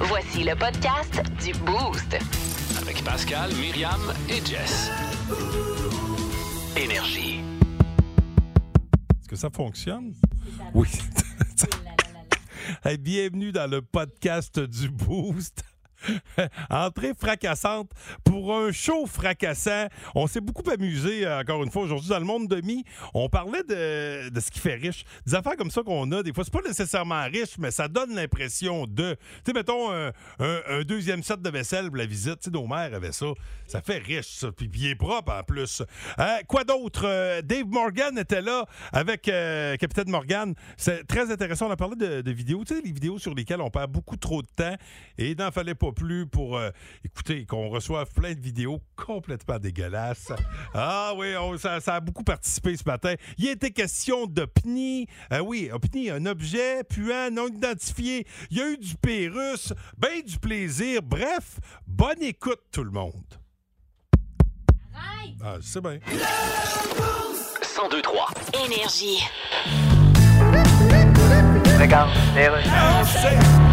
Voici le podcast du Boost. Avec Pascal, Myriam et Jess. Énergie. Est-ce que ça fonctionne? Oui. Hey, bienvenue dans le podcast du Boost. Entrée fracassante pour un show fracassant. On s'est beaucoup amusé, euh, encore une fois, aujourd'hui dans le monde de mi. On parlait de, de ce qui fait riche. Des affaires comme ça qu'on a, des fois, c'est pas nécessairement riche, mais ça donne l'impression de. Tu sais, mettons un, un- un deuxième set de vaisselle pour la visite. Tu sais, nos mères avaient ça. Ça fait riche, ça. Puis, puis il est propre en plus. Euh, quoi d'autre? Euh, Dave Morgan était là avec euh, Capitaine Morgan. C'est très intéressant. On a parlé de, de vidéos, tu sais, les vidéos sur lesquelles on perd beaucoup trop de temps. Et il n'en fallait pas plus pour, euh, écoutez, qu'on reçoive plein de vidéos complètement dégueulasses. Ah oui, on- ça, ça a beaucoup participé ce matin. Il était question de PNI. Ah oui, un PNI, un objet puant non identifié. Il y a eu du Pérus, ben du plaisir. Bref, bonne écoute tout le monde. Ah, je sais bien. 1023. Énergie.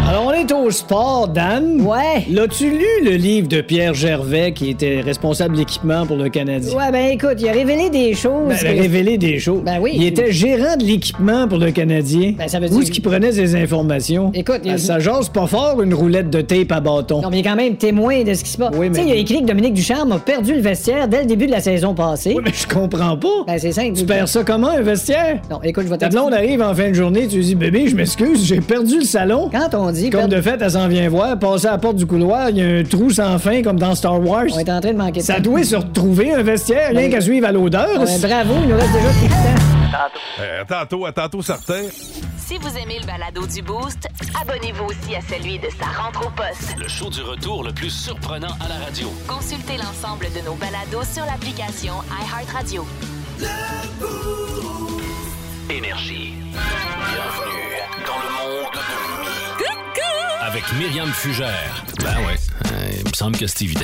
Alors, on est au sport, Dan. Ouais. L'as-tu lu le livre de Pierre Gervais, qui était responsable de l'équipement pour le Canadien? Ouais, ben écoute, il a révélé des choses. Ben, que- il a révélé des choses. Ben oui. Il était gérant de l'équipement pour le Canadien. Ben, ça veut dire- Où est-ce qu'il prenait ses informations? Écoute, il a- Ben, ça jase pas fort une roulette de tape à bâton. Non, mais il est quand même témoin de ce qui se passe. Oui, mais- Tu sais, il a écrit que Dominique Ducharme a perdu le vestiaire dès le début de la saison passée. Oui, mais je comprends pas. Ben, c'est simple. tu perds ça comment, un vestiaire? Non, écoute, je vais Ta blonde arrive t'expliquer. en fin de journée, tu lui dis, bébé, je m'excuse, j'ai perdu le salon. Quand on dit... Comme perdre- de fait, elle s'en vient voir, passer à la porte du couloir, il y a un trou sans fin comme dans Star Wars. On est en train de manquer de Ça temps. doit se retrouver un vestiaire, rien Ouais. qu'à suivre à l'odeur. Ben Ouais, bravo, il nous reste déjà plus de temps. Euh, à tantôt, à tantôt, certain. Si vous aimez le balado du Boost, abonnez-vous aussi à celui de sa rentre au poste. Le show du retour le plus surprenant à la radio. Consultez l'ensemble de nos balados sur l'application iHeartRadio. Énergie. Bienvenue dans le monde de Mi. Avec Myriam Fugère. Ben ouais, euh, il me semble que c'est évident.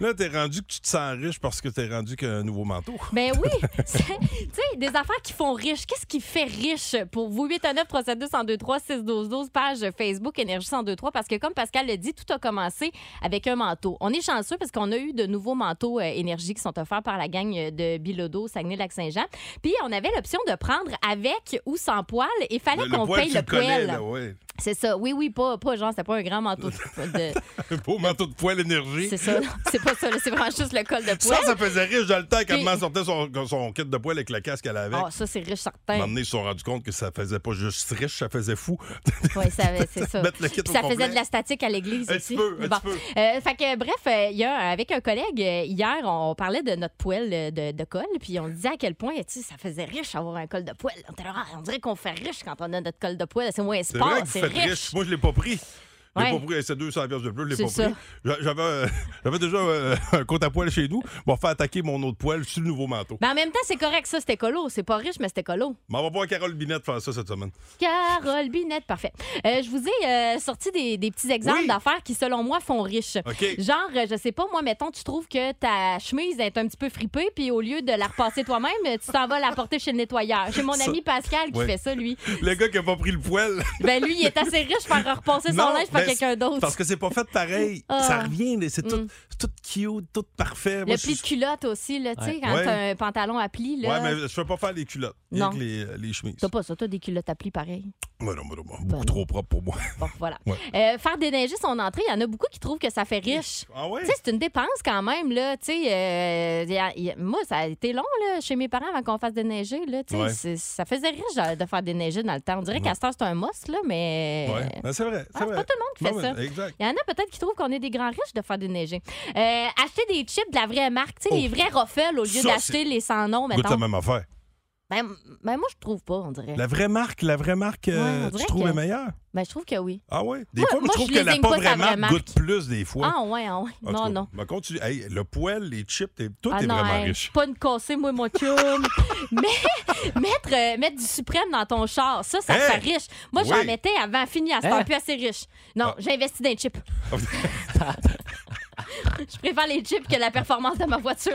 Là, t'es rendu que tu te sens riche parce que t'es rendu qu'un nouveau manteau. Ben oui, C'est- tu sais, des affaires qui font riche. Qu'est-ce qui fait riche pour vous? 819 372 1023 612 12 page Facebook Énergie 1023 parce que comme Pascal le dit, tout a commencé avec un manteau. On est chanceux parce qu'on a eu de nouveaux manteaux euh, énergie qui sont offerts par la gang euh, de Bilodeau, Saguenay-Lac-Saint-Jean. Puis on avait l'option de prendre avec ou sans poil et fallait qu'on poil, paye tu le connais, poil. là, ouais. C'est ça. Oui oui, pas pas genre c'était pas un grand manteau de, de- Un beau manteau de poil énergie. c'est ça. Non, C'est pas ça, là. c'est vraiment juste le col de Ça, poil. ça faisait riche dans le temps quand Puis- maman sortait son, son kit de poil avec le casque qu'elle avait. Ah, À ça c'est riche un certain. moment donné, ils se sont rendus compte que ça faisait pas juste riche, ça faisait fou. Oui, c'est ça. Mettre le kit Puis au ça complet. faisait de la statique à l'église Un petit aussi. peu, un Bon. petit peu. Euh, fait que, bref, euh, il y a, avec un collègue, euh, hier, on parlait de notre poêle euh, de, de col, puis on disait à quel point tu sais, ça faisait riche avoir un col de poêle. On était là, Ah, on dirait qu'on fait riche quand on a notre col de poêle. C'est moins C'est sport, vrai que vous c'est faites riche. riche. Moi, je l'ai pas pris. Je l'ai Ouais. pas pris, c'est 200 pièces de plus, je l'ai C'est pas ça. pris. J'a- J'avais euh, j'avais déjà euh, un compte à poil chez nous. Bon, fait attaquer mon autre poil sur le nouveau manteau. Mais en même temps, c'est correct, ça, c'était colo. C'est pas riche, mais c'était colo. Mais on va voir Carole Binette faire ça cette semaine. Carole Binette, parfait. Euh, je vous ai euh, sorti des, des petits exemples Oui. d'affaires qui, selon moi, font riche. OK. Genre, euh, je sais pas, moi, mettons, tu trouves que ta chemise est un petit peu fripée, puis au lieu de la repasser toi-même, tu t'en vas la porter chez le nettoyeur. J'ai mon Ça- ami Pascal qui Ouais. fait ça, lui. Le gars qui a pas pris le poil. Ben, lui, il est assez riche pour repasser son Non, linge par ben, quelqu'un d'autre. Parce que c'est pas fait pareil. Ah. Ça revient, là, c'est tout, Mm. c'est tout cute, tout parfait. Moi, Le je- pli de culotte aussi, là, tu sais, quand Ouais. t'as un pantalon à plis, là. Ouais, mais je peux pas faire les culottes. rien Non. que les, euh, les chemises. T'as pas ça, t'as des culottes à plis pareil. Ouais, non, mais non, beaucoup Ben non. trop propre pour moi. Bon, voilà. Ouais. Euh, faire déneiger son entrée, il y en a beaucoup qui trouvent que ça fait riche. Ah ouais? Tu sais, c'est une dépense quand même, là. Tu sais, euh, y a- y a- moi, ça a été long, là, chez mes parents avant qu'on fasse déneiger, là. Tu sais, Ouais. c'est- ça faisait riche de- de faire déneiger dans le temps. On dirait qu'à ce temps, c'est un must, là, mais. Ouais. Ben, c'est vrai. Ah, C'est c'est vrai. pas tout le monde qui fait Non, ça. mais Exact. Il y en a peut-être qui trouvent qu'on est des grands riches de faire déneiger. Euh, acheter des chips de la vraie marque, tu sais, les Oh. vrais Ruffles au lieu Ça, d'acheter les sans nom, Goûte la mettons. même affaire. Ben, ben, moi, je trouve pas, on dirait. La vraie marque, la vraie marque, euh, Ouais, on tu dirait trouves que- est meilleure? Ben, je trouve que oui. Ah ouais? Des Moi- fois, moi, je trouve je que la désigne pas pas ta vraiment vraie marque. goûte plus des fois. Ah, ouais, ah, ouais. En tout Non, cas, non. ben, continue. Hey, le poêle, les chips, t'es- tout Ah est non, vraiment hey, je riche. suis pas une cassée, moi, mon chum. Mais mettre, euh, mettre du suprême dans ton char, ça, ça Hey! fait riche. Moi, j'en Hein? Oui. mettais avant, fini, à ce temps Hein? plus assez riche. Non, Ah. j'ai investi dans les chips. Je préfère les chips que la performance de ma voiture.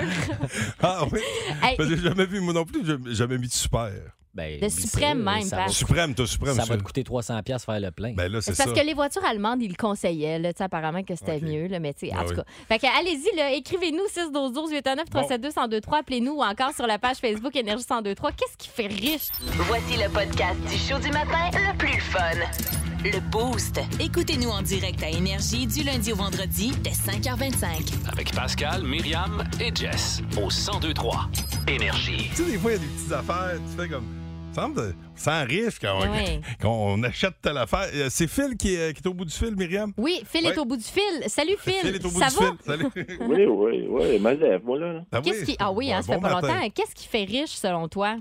Ah oui? Hey, Parce que J'ai jamais vu, moi non plus, j'ai jamais mis de super. Ben, De oublie ça, Suprême même, ça va- Pat. Suprême, t'as suprême. Ça va ça. te coûter 300$ faire le plein. Ben là, c'est C'est ça. parce que les voitures allemandes, ils le conseillaient, là, tu sais, apparemment que c'était Ok. mieux, là, mais tu sais, en Ah tout oui. cas. Fait que allez-y, là, écrivez-nous 612 12 819 372 1023 appelez-nous ou encore sur la page Facebook Énergie 1023. Qu'est-ce qui fait riche? Voici le podcast du show du matin le plus fun. Le Boost. Écoutez-nous en direct à Énergie du lundi au vendredi dès 5h25. Avec Pascal, Myriam et Jess au 1023 Énergie. Tu sais, des fois, il y a des petites affaires, tu fais comme. Ça semble de- sans riche quand on, Ouais. quand on achète telle affaire. Euh, C'est Phil qui est, qui est au bout du fil, Myriam. Oui, Phil Ouais. est au bout du fil. Salut, Phil. Phil est au bout Ça du va? fil. Salut. Oui, oui, oui, ma lève, moi, là. là. Ah Qu'est-ce qui... Ah oui, hein, Bon, ça fait bon pas matin. longtemps. Qu'est-ce qui fait riche, selon toi?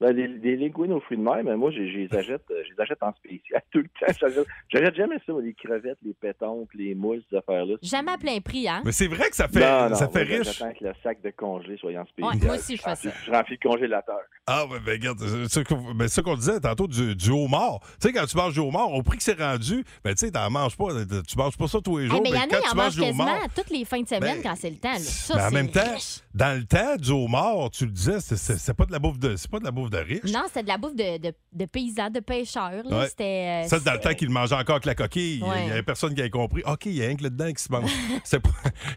Ben, les, les linguines aux fruits de mer, mais moi, je les achète, euh, je les achète en spécial tout le temps. J'achète- J'achète jamais ça, moi, les crevettes, les pétanques, les moules, ces affaires-là. Jamais à plein prix, hein? Mais c'est vrai que ça fait, non, ça fait moi, riche. J'attends que le sac de congelé soit en spécial. Ouais, moi aussi, je fais ça. Je remplis le congélateur. Ah, ben, ben, regarde, c'est ce qu'on ben, c'est ce qu'on disait tantôt du, du homard. Tu sais, quand tu manges du homard, au prix que c'est rendu, ben, tu sais, t'en manges pas. Tu manges pas ça tous les Hey, jours. mais il y en ben, a, quand ils tu en manges mangent du homard, quasiment toutes les fins de semaine Ben, quand c'est le temps. là. Ça, mais en c'est même temps, riche. dans le temps, du homard, tu le disais, c'est- c'est c'est pas de la bouffe de, c'est pas de la bouffe de riche. Non, c'était de la bouffe de, de- de paysans, de pêcheurs. là. Ouais. C'était. euh, Ça, dans le temps qu'il le mangeait encore avec la coquille, il Ouais. n'y avait personne qui avait compris. OK, il y a un que là-dedans qui se mange. C'est pas-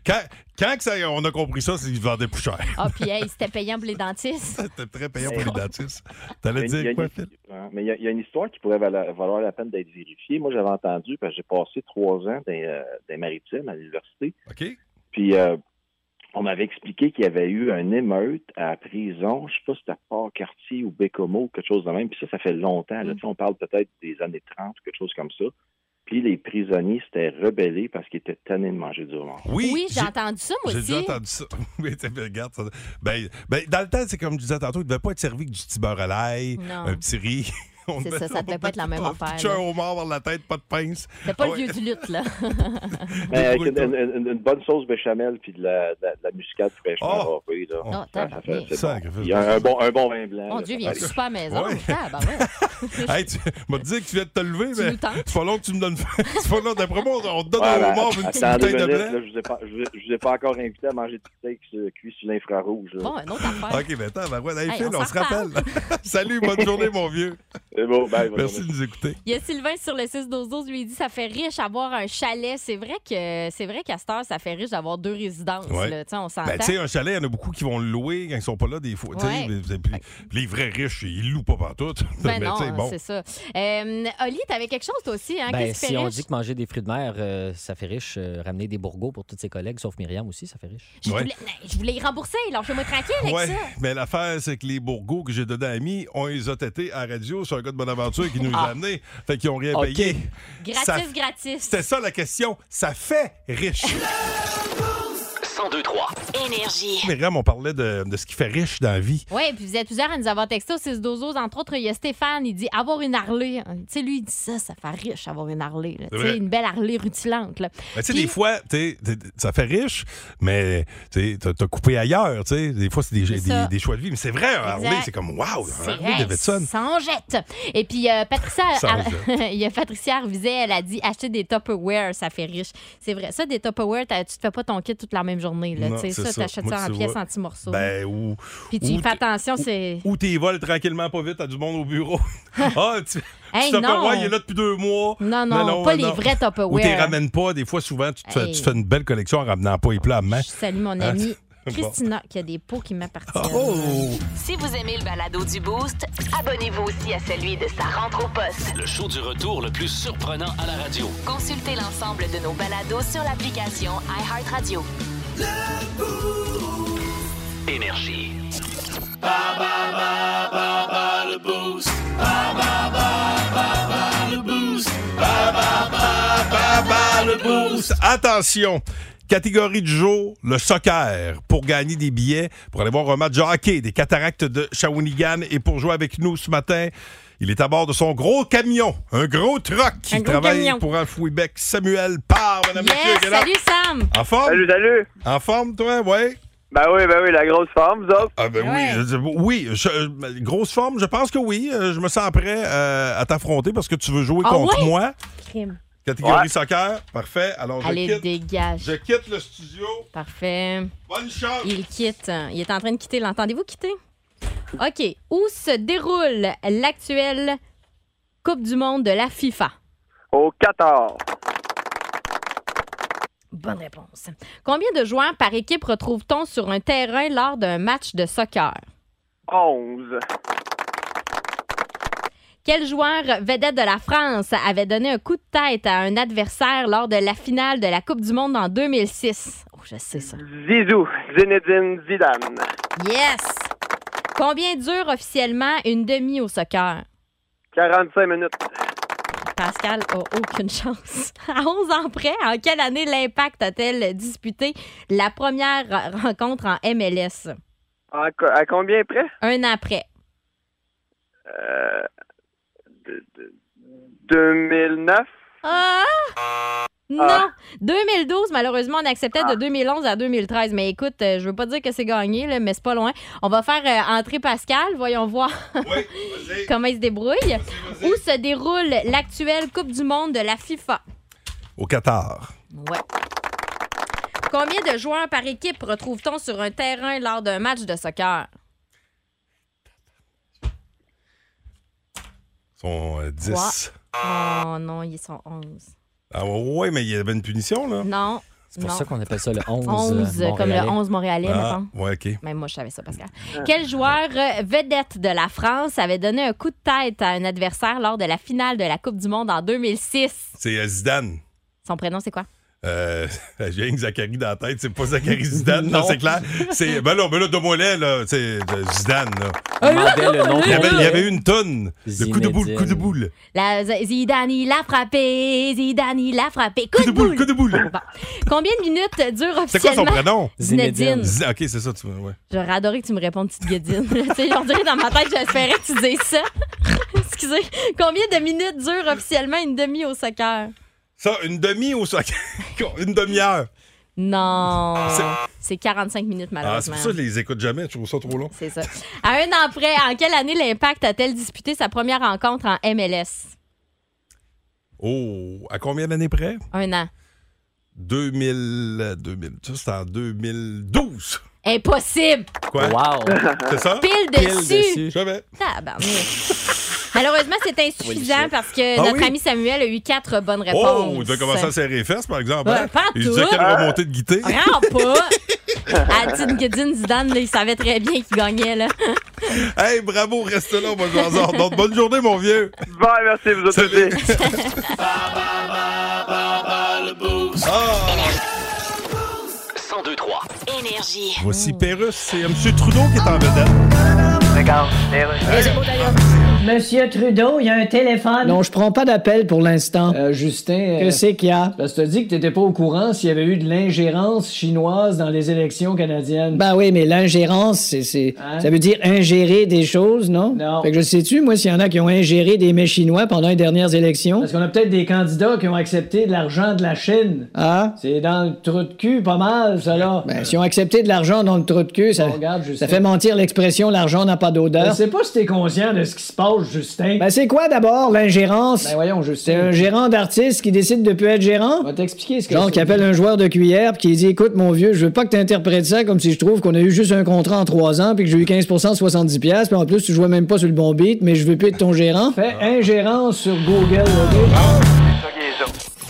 Quand, quand que ça- on a compris ça, c'est qu'ils vendaient plus cher. Ah, puis hey, c'était payant pour les dentistes. C'était très payant pour les dentistes. T'allais Mais il y a dire une- quoi, Phil? hein, Mais il y, a- il y a une histoire qui pourrait valo- valoir la peine d'être vérifiée. Moi, j'avais entendu, parce que j'ai passé trois ans dans, les, euh, dans les maritimes à l'université. OK? Puis euh, on m'avait expliqué qu'il y avait eu une émeute à la prison, je sais pas si c'était Port-Cartier ou Bécomo, quelque chose de même. Puis ça, ça fait longtemps. Mm. Là, Tu sais, On parle peut-être des années 30 ou quelque chose comme ça. Puis les prisonniers s'étaient rebellés parce qu'ils étaient tannés de manger du homard. Oui, Oui, j'ai j'ai- entendu ça, moi J'ai aussi. déjà entendu ça. Oui, t'as fait, regarde ça. Ben, ben, dans le temps, c'est comme je disais tantôt, il ne devait pas être servi avec du petit beurre à l'ail, Non. un petit riz. On C'est ça, ça on devait pas être la même on affaire, pitchait un là. homard vers la tête, pas de pince. C'était pas Ah le vieux du lutte, là. Mais Ben, avec une, Débrouille-toi. une- une- une bonne sauce béchamel puis de la, de la- de la muscade fraîchement Oh! râpée, là. Ah, Oh, Non, Ça, ça fait- c'est Ça, bon. ça fait- Il y a un, un bon, un bon vin blanc. Mon là, Dieu, ça viens fait- super maison. Ouais. Ah, bah ouais. Hey, tu m'as dit que tu viens de te lever, Tu mais nous tentes? c'est pas long que tu me donnes. c'est pas long. D'après moi, on te donne Ouais, un ben, homard, une petite attendez bouteille une de minute, blanc. là, je vous ai pas- je vous ai- je vous ai pas encore invité à manger du steak euh, cuit sur l'infrarouge. là. Bon, une autre affaire. Ok, ben attends, ben ouais, hey, Hey, Phil, on on, se s'en reparle. rappelle. Salut, bonne journée, mon vieux. C'est bon, ben. bye, bonne Merci journée. de nous écouter. Il y a Sylvain sur le 6 12 12 lui il dit ça fait riche avoir un chalet. C'est vrai que c'est vrai qu'à cette heure, ça fait riche d'avoir deux résidences. Ouais. Là, Tu sais, on s'entend. Ben, tu sais, un chalet, il y en a beaucoup qui vont le louer quand ils sont pas là des fois. Tu sais, Ouais. mais- mais- puis Les vrais riches, ils louent pas partout. Mais Ben tu sais, non, bon. c'est ça. Euh, Oli, t'avais quelque chose toi aussi, hein? Ben, Qu'est-ce qui si fait on riche? dit que manger des fruits de mer, euh, ça fait riche. euh, ramener des bourgots pour tous ses collègues, sauf Myriam aussi, ça fait riche. Je, Ouais. voulais, non, je voulais y rembourser, lâchez-moi tranquille avec Ouais, ça. mais l'affaire, c'est que les bourgots que j'ai donnés à Ami, on les a têtés à la radio sur un gars de Bonaventure qui nous les a amenés. Fait qu'ils ont rien OK. payé. Ah. Gratis, Ça- gratis. C'était ça la question. Ça fait riche. 1023 Énergie. Myriam, on parlait de, de ce qui fait riche dans la vie. Oui, puis vous êtes plusieurs à nous avoir texté au 6 12 12. Entre autres, il y a Stéphane, il dit avoir une harlée. Tu sais, lui, il dit ça, ça fait riche avoir une harlée. là. C'est Tu sais, vrai. une belle harlée rutilante. Là. Ben, tu sais, Puis- des fois, tu sais, t'es- t'es- ça fait riche, mais tu sais, t'as t'as coupé ailleurs. tu sais. Des fois, c'est des, C'est ça. des, des choix de vie. Mais c'est vrai, un Exact. Harley, c'est comme wow, un C'est Harley vrai, Davidson. sans jette. Et puis, euh, Patricia, Sans Ar- il y a Patricia Arviset, elle a dit acheter des Tupperware, ça fait riche. C'est vrai. Ça, des Tupperware, t'as- tu te fais pas ton kit toute la même journée. Là, Non, Tu sais, c'est ça, ça. t'achètes Moi, ça en tu pièces, vois. en petits morceaux. Ben, ou, puis tu ou y fais t- attention, ou- c'est. ou t'es voles tranquillement pas vite à du monde au bureau. ah, tu, Hey, tu te fais, non. ouais, il est là depuis deux mois. Non, non, pas les vrais Ou t'es Tupperware. ramènes pas. Des fois, souvent, tu, te fais- Hey. tu fais une belle collection en ramenant pas les plats à main. Je salue mon amie Ah, Bon. Christina, qui a des pots qui m'appartiennent. Oh! Si vous aimez le balado du Boost, abonnez-vous aussi à celui de sa rentre au poste. Le show du retour le plus surprenant à la radio. Consultez l'ensemble de nos balados sur l'application iHeartRadio. Énergie. Pousse. Attention! Catégorie du jour, le soccer, pour gagner des billets, pour aller voir un match de hockey des cataractes de Shawinigan et pour jouer avec nous ce matin. Il est à bord de son gros camion, un gros truck qui Un gros travaille camion. pour un fouibec. Samuel Parr, mesdames, Yes, messieurs. salut Sam! En forme? Salut, salut! En forme, toi, ouais? Ben oui, ben oui, la grosse forme, ça. Ah ben Ouais. oui, je- oui, je- grosse forme, je pense que oui. Euh, Je me sens prêt euh, à t'affronter parce que tu veux jouer Ah contre ouais? moi. Crime. Catégorie Ouais. soccer, parfait. Alors je Allez, quitte, dégage. je quitte le studio. Parfait. Bonne chance. Il quitte. Il est en train de quitter. L'entendez-vous quitter? OK. Où se déroule l'actuelle Coupe du monde de la FIFA? Au Qatar. Bonne réponse. Combien de joueurs par équipe retrouve-t-on sur un terrain lors d'un match de soccer? 11. Quel joueur vedette de la France avait donné un coup de tête à un adversaire lors de la finale de la Coupe du monde en 2006? Oh, je sais ça. Zizou. Zinedine Zidane. Yes! Combien dure officiellement une demi au soccer? 45 minutes. Pascal a aucune chance. À 11 ans près, en quelle année l'Impact a-t-elle disputé la première rencontre en MLS? En co- à combien près? Un an après. Euh, de- de- 2009. Ah! Non! Ah. 2012, malheureusement, on acceptait de 2011 à 2013. Mais écoute, euh, je veux pas dire que c'est gagné, là, mais c'est pas loin. On va faire euh, entrer Pascal. Voyons voir comment il se débrouille. Où se déroule l'actuelle Coupe du monde de la FIFA? Au Qatar. Ouais. Combien de joueurs par équipe retrouve-t-on sur un terrain lors d'un match de soccer? Ils sont euh, 10. Oh non, ils sont 11. Ah ouais, mais il y avait une punition, là. Non. C'est pour non. ça qu'on appelle ça le 11. 11, euh, comme le montréalais. 11 montréalais, Ah, mettons. ouais, OK. Même moi, je savais ça, Pascal. Quel joueur euh, vedette de la France avait donné un coup de tête à un adversaire lors de la finale de la Coupe du Monde en 2006? C'est euh, Zidane. Son prénom, c'est quoi? Euh, J'ai une Zachary dans la tête, c'est pas Zachary Zidane, là, c'est clair. C'est ben là, ben là, donne-moi les, là, c'est euh, Zidane, là. On demandait le nom Il y avait, il y complet. avait une tonne de coup de boule, Zinedine. coup de boule. La, Z- Zidane, il l'a frappé! Zidane, il l'a frappé! Coup de boule! Coup de boule. Bon. Combien de minutes dure officiellement? C'est quoi son prénom? Zinedine. Z- OK, c'est ça, tu ouais. J'aurais adoré que tu me répondes, petite guédine. Tu sais, on dirait dans ma tête, j'espérais que tu dises ça. Excusez. Combien de minutes dure officiellement une demi au soccer? Ça, une demi au soccer. une demi-heure. Non. C'est- C'est 45 Ah, minutes, c'est malheureusement. pour ça que je les écoute jamais, je trouve ça trop long. C'est ça. À un an près, en quelle année l'Impact a-t-elle disputé sa première rencontre en MLS? Oh, à combien d'années près? Un an. 2000, euh, 2000, ça c'était en 2012. Impossible! Quoi? Wow. C'est ça? Pile dessus! Je savais. Tabarnouche. Malheureusement, c'est insuffisant parce que Ah notre oui? ami Samuel a eu quatre bonnes réponses. Oh, tu as commencé à serrer les fesses, par exemple. Ouais, hein? pas Il tout. disait qu'elle remontée de guitée. Vraiment pas! À Tidine Zidane, là, il savait très bien qu'il gagnait. Là. Hey, bravo, reste là, on va jaser hors d'onde. Bonne journée, mon vieux. Bon, merci, vous autres Salut. aussi. Ah. 1023. Énergie. Voici Pérus, c'est M. Trudeau qui est en vedette. Regarde, Monsieur Trudeau, il y a un téléphone. Non, je prends pas d'appel pour l'instant. Euh, Justin. Que c'est qu'il y a? Parce que t'as dit que t'étais pas au courant s'il y avait eu de l'ingérence chinoise dans les élections canadiennes. Ben oui, mais l'ingérence, c'est, c'est- Hein? ça veut dire ingérer des choses, non? Non. Fait que je sais-tu, moi, s'il y en a qui ont ingéré des mets chinois pendant les dernières élections? Parce qu'on a peut-être des candidats qui ont accepté de l'argent de la Chine. Ah? C'est dans le trou de cul, pas mal, ça là. Ben, s'ils ont accepté de l'argent dans le trou de cul, ça, Bon, regarde, Justin. ça fait mentir l'expression l'argent n'a pas Je d'odeur. sais pas si t'es conscient de ce qui se passe, Justin. Ben, c'est quoi d'abord l'ingérence? Ben voyons, Justin. c'est un gérant d'artiste qui décide de plus être gérant? On va t'expliquer ce que Genre c'est. qui appelle un joueur de cuillère puis qui dit écoute mon vieux je veux pas que t'interprètes ça comme si je trouve qu'on a eu juste un contrat en trois ans puis que j'ai eu 15% 70 pièces puis en plus tu jouais même pas sur le bon beat mais je veux plus être ton gérant. Fais ingérence sur Google, ok?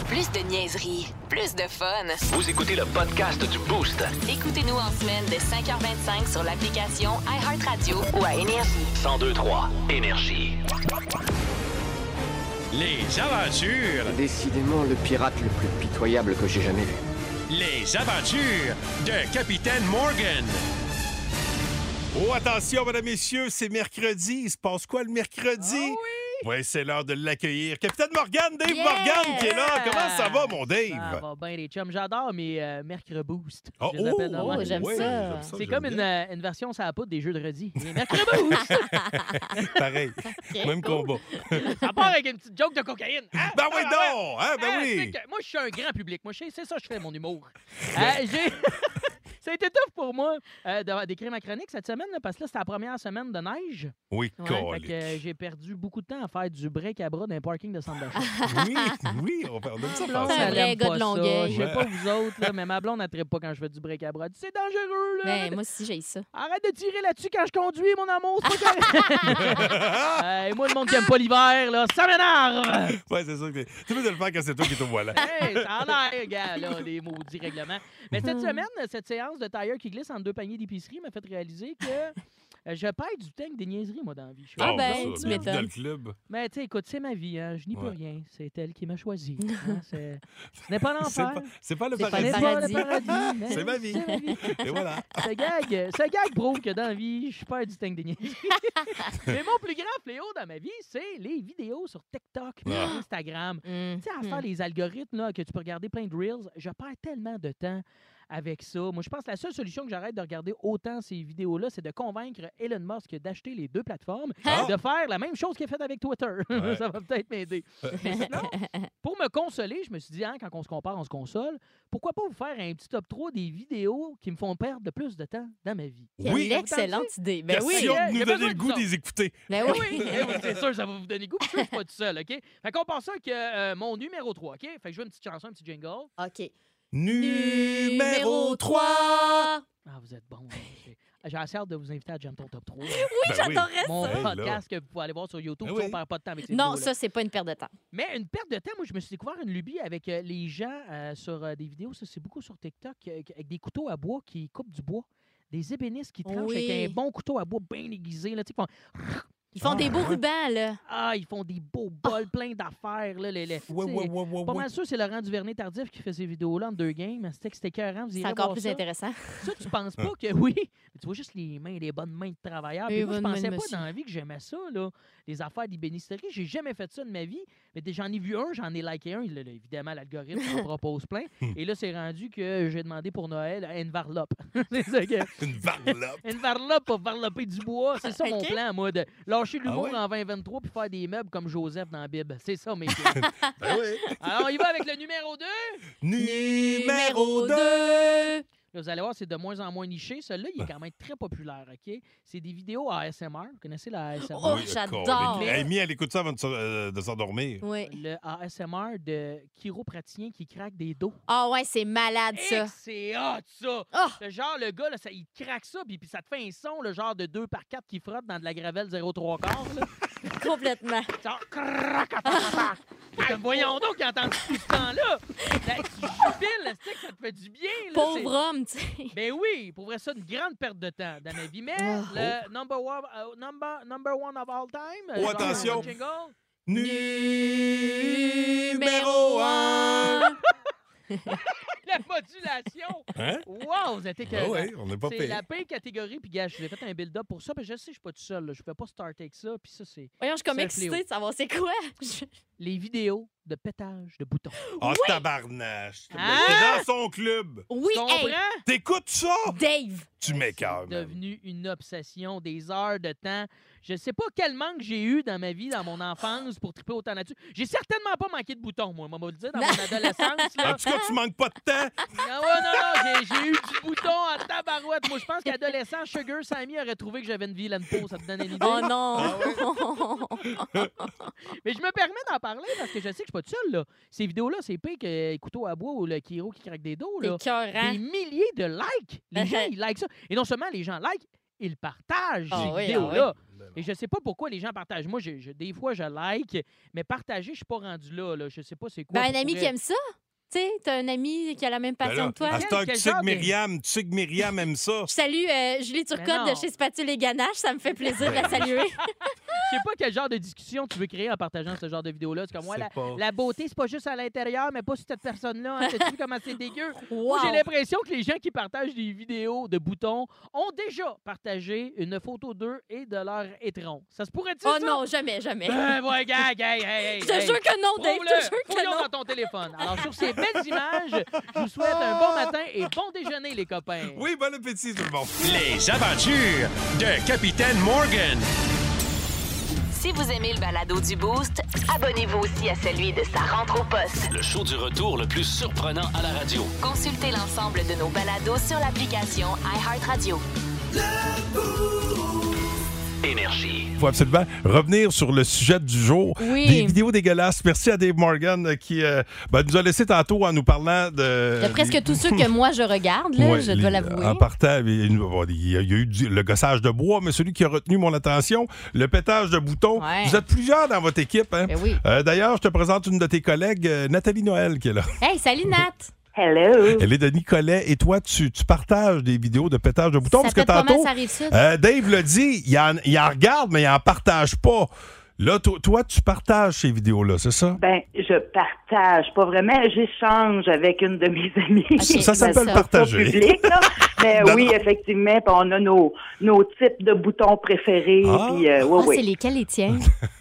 Plus de niaiserie, plus de fun. Vous écoutez le podcast du Boost. Écoutez-nous en semaine de 5h25 sur l'application iHeartRadio ou à Énergie. 1023. Énergie. Les aventures, Décidément le pirate le plus pitoyable que j'ai jamais vu. les aventures de Capitaine Morgan. Oh, attention, mesdames, messieurs, c'est mercredi. Il se passe quoi le mercredi? oui? c'est l'heure de l'accueillir. Capitaine Morgan, Dave Yeah! Morgan qui est là. Comment ça va, mon Ça Dave? Ah, va bien, les chums. J'adore mes euh, Mercure Boost. Oh, Je les appelle de oh, même. oh, j'aime ouais, ça. j'aime ça, C'est j'aime comme une, euh, une version ça a poudre des jeux de redis. Les Mercure Boost! Pareil. Ok, Même cool. combat. Ça part avec une petite joke de cocaïne. hein? Ben oui, Ah, non! Hein, ben ah, oui! c'est que Moi, je suis un grand public. Moi, je sais- c'est ça que je fais, mon humour. Euh, j'ai- Ça a été tough pour moi euh, de- d'écrire ma chronique cette semaine, là, parce que là, c'était la première semaine de neige. Oui, Ouais, fait colique. que, euh, J'ai perdu beaucoup de temps à faire du break à bras dans un parking de centre d'achat. Oui, oui, on parle de ça. Ma par blonde, exemple. elle aime pas ça. Je sais Ouais. pas vous autres, là, mais ma blonde, elle tripe pas quand je fais du break à bras. Elle dit, C'est dangereux, là. Ben, moi aussi, j'ai ça. Arrête de tirer là-dessus quand je conduis, mon amour, c'est pas correct. Euh, et moi, le monde qui aime pas l'hiver, là, ça m'énerve. Ouais, c'est sûr que t'es- tu peux te le faire quand c'est toi qui es au volant. Hey, Ah, ça a l'air, gars, là, les maudits règlements. Mais cette Ah. Ah. semaine, cette séance de tailleur qui glisse entre deux paniers d'épicerie m'a fait réaliser que euh, je paye du temps que des niaiseries, moi, dans la vie. Je suis Ah un ben, gars, tu là. m'étonnes. Dans le club. Mais tu sais, écoute, c'est ma vie, hein, je n'y peux Ouais. rien. C'est elle qui m'a choisi. hein, c'est- Ce n'est pas l'enfer. pas- c'est pas le Ce n'est paradis. pas le paradis, mais C'est ma vie. c'est Et voilà. Ce gag, ce gag prouve que dans la vie, je perds du temps que des niaiseries. Mais mon plus grand fléau dans ma vie, c'est les vidéos sur TikTok, puis Ah. Instagram. Tu sais, à faire Mm. les algorithmes là, que tu peux regarder plein de reels, je perds tellement de temps avec ça. Moi, je pense que la seule solution que j'arrête de regarder autant ces vidéos-là, c'est de convaincre Elon Musk d'acheter les deux plateformes Ah. et de faire la même chose qu'il a faite avec Twitter. Ouais. Euh. ça va peut-être m'aider. Mais sinon, pour me consoler, je me suis dit, hein, quand on se compare, on se console. Pourquoi pas vous faire un petit top 3 des vidéos qui me font perdre le plus de temps dans ma vie? Quelle Ça vous excellente tente-tu? idée. Ben oui, Il y Question a- de euh, il y nous a donner besoin le de goût ça. des écouter. Ben Eh oui. oui, eh oui, c'est sûr, ça va vous donner goût. puis Je suis pas tout seul, OK? Fait qu'on part ça avec euh, mon numéro 3, OK? Fait que je veux une petite chanson, un petit jingle. OK. Numéro 3. Ah, vous êtes bon. J'ai assez hâte de vous inviter à Jam Ton Top 3. Oui, Ben oui. j'adorerais Mon ça. Hey, là. podcast que vous pouvez aller voir sur YouTube, Ben si oui. on perd pas de temps avec ces Non, vidéos-là. ça, c'est pas une perte de temps. Mais une perte de temps, moi, je me suis découvert une lubie avec euh, les gens euh, sur euh, des vidéos, ça, c'est beaucoup sur TikTok, euh, avec des couteaux à bois qui coupent du bois. Des ébénistes qui tranchent Oui. avec un bon couteau à bois bien aiguisé, là, tu sais, qui font- Ils font des beaux rubans, là. Ah, ils font des beaux bols, plein d'affaires. Là, les, les- Ouais, tu sais, ouais, ouais, ouais, pas ouais. mal sûr, c'est Laurent Duvernay Tardif qui fait ces vidéos-là en deux games. C'était que c'était écœurant. vous C'est irez encore voir plus ça. intéressant. Ça, tu penses pas que oui. Mais tu vois juste les mains, les bonnes mains de travailleurs. Puis Les moi, je bonnes mains pensais de pas monsieur. dans la vie que j'aimais ça, là. Les affaires d'ébénisterie. J'ai jamais fait ça de ma vie. Mais dès- j'en ai vu un, j'en ai liké un. Là, là, évidemment, l'algorithme en propose plein. Et là, c'est rendu que j'ai demandé pour Noël une varlope. c'est ça que. Une varlope. Une varlope pour varloper du bois. C'est ça mon Ok. plan, moi, de lâcher Ah l'humour ouais? en 2023 puis faire des meubles comme Joseph dans la Bible. C'est ça, mes plans. Ben oui. Alors, on y va avec le numéro 2. Numéro 2. Là, vous allez voir, c'est de moins en moins niché. Celui-là, il est quand même très populaire, OK? C'est des vidéos ASMR. Vous connaissez la ASMR? Oh, j'adore. Amy, elle écoute ça avant de, se- euh, de s'endormir. Oui. Le ASMR de chiropraticien qui craque des dos. Ah ouais, c'est malade, ça. Hey, C'est hot, ça! Oh! Le genre, le gars, là, ça, il craque ça, puis, puis ça te fait un son, le genre de 2 par 4 qui frotte dans de la gravelle 0,3 quart. là. Complètement. Genre, crac, crac, crac, crac. Ben, Voyons donc, il entend tout ce temps-là. Là, tu jubiles, là, c'est que ça te fait du bien. là, c'est- Pauvre homme, tu sais. Ah. Ben oui, pour vrai, ça, une grande perte de temps dans ma vie. Mais le number one, euh, number, number one of all time. Oh, genre, attention. un jingle. Numéro 1. La modulation. Hein? Ah Wow, vous êtes écœurants. ouais, on n'est pas C'est payé. la pire catégorie. Puis, gars, je vous ai fait un build-up pour ça. Parce que je sais que je suis pas tout seul. là. Je ne peux pas starter avec ça. Puis, ça, c'est Voyons, je suis comme C'est un fléau. excitée de savoir c'est quoi. Je- les vidéos de pétage de boutons. Ah, Oui. tabarnache. Ah! T'es dans son club. Oui, tu comprends? hey, hein? T'écoutes ça. Dave. Tu m'écœures, man. devenu une obsession, des heures de temps. Je sais pas quel manque j'ai eu dans ma vie, dans mon enfance, pour triper autant là-dessus. J'ai certainement pas manqué de boutons, moi, on va le dire, dans mon adolescence. En Là. tout cas, tu manques pas de temps. Ah ouais, non, non, j'ai- j'ai eu du bouton en tabarouette. Moi, je pense qu'adolescent, Sugar Sammy aurait trouvé que j'avais une vilaine peau, ça te donne une idée. Ah Oh non. Mais je me permets d'en parler parce que je sais que je suis pas tout seul, là. Ces vidéos-là, c'est pire que les couteaux à bois ou le Kiro qui craque des dos, là. C'est cœurant. Des milliers de likes. Les gens, ils likent ça. Et non seulement les gens likent, ils partagent Ah ces oui, ah vidéos-là. Et je sais pas pourquoi les gens partagent. Moi, je- je- des fois, je like, mais partager, je suis pas rendu là, là. Je sais pas c'est quoi. Ben, un pour ami vrai. qui aime ça. Tu sais, t'as un ami qui a la même Ben passion là, que toi. à cette heure, tu Quel sais genre que de- Ben Myriam, tu sais que Myriam aime ça. Je salue euh, Julie Turcotte non. de chez Spatule et Ganache. Ça me fait Ben, plaisir de la saluer. Je sais pas quel genre de discussion tu veux créer en partageant ce genre de vidéo-là. C'est comme moi, sais la, pas. la beauté, c'est pas juste à l'intérieur, mais pas sur cette personne-là. Hein. Sais-tu comment c'est dégueu? Moi, Wow. j'ai l'impression que les gens qui partagent des vidéos de boutons ont déjà partagé une photo d'eux et de leur étron. Ça se pourrait-tu, Oh ça? non, jamais, jamais. Ben, ouais, gag, hey, hey, hey, Je te hey. jure que non, Dave. Prouve-le. Je te jure que Fouillons non. dans ton téléphone. Alors, sur ces belles images, je vous souhaite un bon matin et bon déjeuner, les copains. Ah! Oui, bon appétit, tout le monde. Les aventures de Capitaine Morgan. Si vous aimez le balado du Boost, abonnez-vous aussi à celui de sa rentre au poste. Le show du retour le plus surprenant à la radio. Consultez l'ensemble de nos balados sur l'application iHeartRadio. Énergie. Il faut absolument revenir sur le sujet du jour. Oui. Des vidéos dégueulasses. Merci à Dave Morgan euh, qui euh, ben, nous a laissé tantôt en nous parlant de. De presque des- tous ceux que moi je regarde, là, Ouais, Ah. je les- dois l'avouer. En partant, il il- bon, il y a il y a eu du- le gossage de bois, mais celui qui a retenu mon attention, le pétage de boutons. Ouais. Vous êtes plusieurs dans votre équipe. hein. Ben oui. Euh, D'ailleurs, je te présente une de tes collègues, euh, Nathalie Noël, qui est là. Hey, salut Nat! Hello! Elle est de Nicolet et toi, tu, tu partages des vidéos de pétage de boutons Ça parce que pète pas mal, tantôt, ça arrive sud. euh, Dave l'a dit, il en, il en regarde, mais il en partage pas. Là, to- toi, tu partages ces vidéos-là, c'est ça? Ben, je partage, pas vraiment, j'échange avec une de mes amies. Ça s'appelle Pas partager. public, là. Mais Non, oui, non. effectivement, puis on a nos, nos types de boutons préférés. Ah. puis, euh, ouais, Ah, ouais. c'est lesquels les tiens?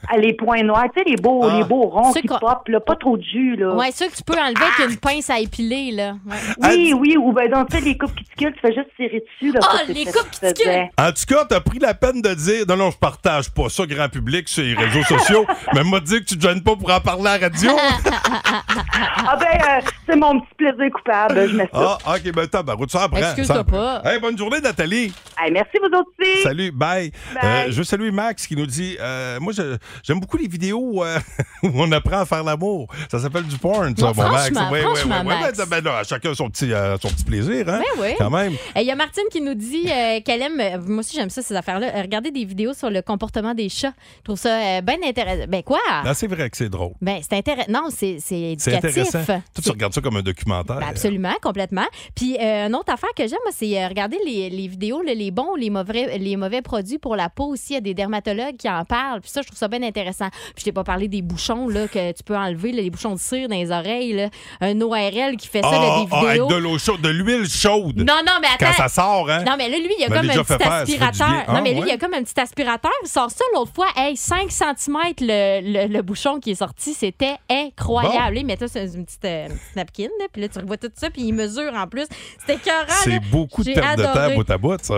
Ah, les points noirs, tu sais, les beaux, Ah. les beaux ronds Ceux qui qu'on- popent, là, pas trop de jus. Là. Ouais, ceux que tu peux enlever avec une pince à épiler, là. Ouais. Ah. Oui, oui, ou ben donc, tu sais, les coupes qui ticulent, tu fais juste tirer dessus. Là, Ah, ça, c'est les ça coupes qui qui ticulent. faisait. En tout cas, t'as pris la peine de dire non, non, je partage pas ça, grand public, sur les réseaux sociaux, mais moi, dire que tu te gênes pas pour en parler à la radio. Ah ben, euh, c'est mon petit plaisir coupable, je m'excuse. ah, ok, ben, t'as, ben, ça en prend. Excuse-toi ça en prend. pas. Hey, bonne journée, Nathalie. Hey, merci, vous autres aussi. Salut, bye. Bye. Euh, je salue Max qui nous dit euh, Moi, je- j'aime beaucoup les vidéos euh, où on apprend à faire l'amour. Ça s'appelle du porn, ça, Ouais, mon Max. franchement, franchement, Max. Ben, ben, là, chacun son petit, euh, son petit plaisir, hein? Ben oui. Quand même. Et Il y a Martine qui nous dit euh, qu'elle aime, euh, moi aussi j'aime ça ces affaires-là, euh, regarder des vidéos sur le comportement des chats. Je trouve ça bien intéressant. Ben quoi? Là, c'est vrai que c'est drôle. Ben c'est intéressant. Non, c'est c'est C'est éducatif. intéressant. Toi, tu regardes ça Ah, euh, comme un documentaire. Ben absolument, complètement. Puis euh, une autre affaire que j'aime, moi, c'est euh, regarder les, les vidéos, là, les bons, les mauvais, les mauvais produits pour la peau aussi. Il y a des dermatologues qui en parlent. Puis ça, je trouve ça bien intéressant. Puis je t'ai pas parlé des bouchons là, que tu peux enlever, là, les bouchons de cire dans les oreilles. là. Un ORL qui fait ça, là, Ah, des ah, vidéos. avec de l'eau chaude, de l'huile chaude. Non, non, mais attends. Quand ça sort, hein? Non, mais là, lui, il y a Ben, comme déjà un fait petit faire, ça fait du bien. aspirateur. Ah, non, mais lui, ouais. il y a comme un petit aspirateur. Il sort ça l'autre fois. Hey, 5 cm le, le, le bouchon qui est sorti. C'était incroyable. Il met ça sur une petite, euh, une petite napkin. là, puis là, tu revois tout ça. Puis il mesure en plus. C'était écœurant. là. C'est beaucoup de J'ai perte de adoré. temps bout à bout, ça.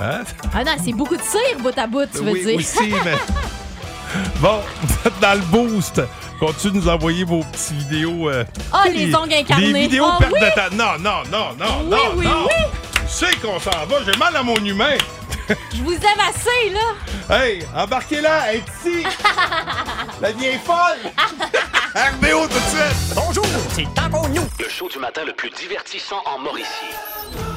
Hein? Ah non, c'est beaucoup de cire, bout à bout, tu veux oui, dire. aussi, mais. Bon, vous êtes dans le boost. Continuez de nous envoyer vos petites vidéos. euh, Ah, les ongles incarnés. Les vidéos Ah, perte oui. de temps. Non, non, non, non, Oui, non, oui, non. oui. Tu sais qu'on s'en va, j'ai mal à mon humain. Je vous aime assez, là. Hey, embarquez-la, elle est ici. La vieille folle. RBO tout de suite. Bonjour, c'est Tango New. Le show du matin le plus divertissant en Mauricie.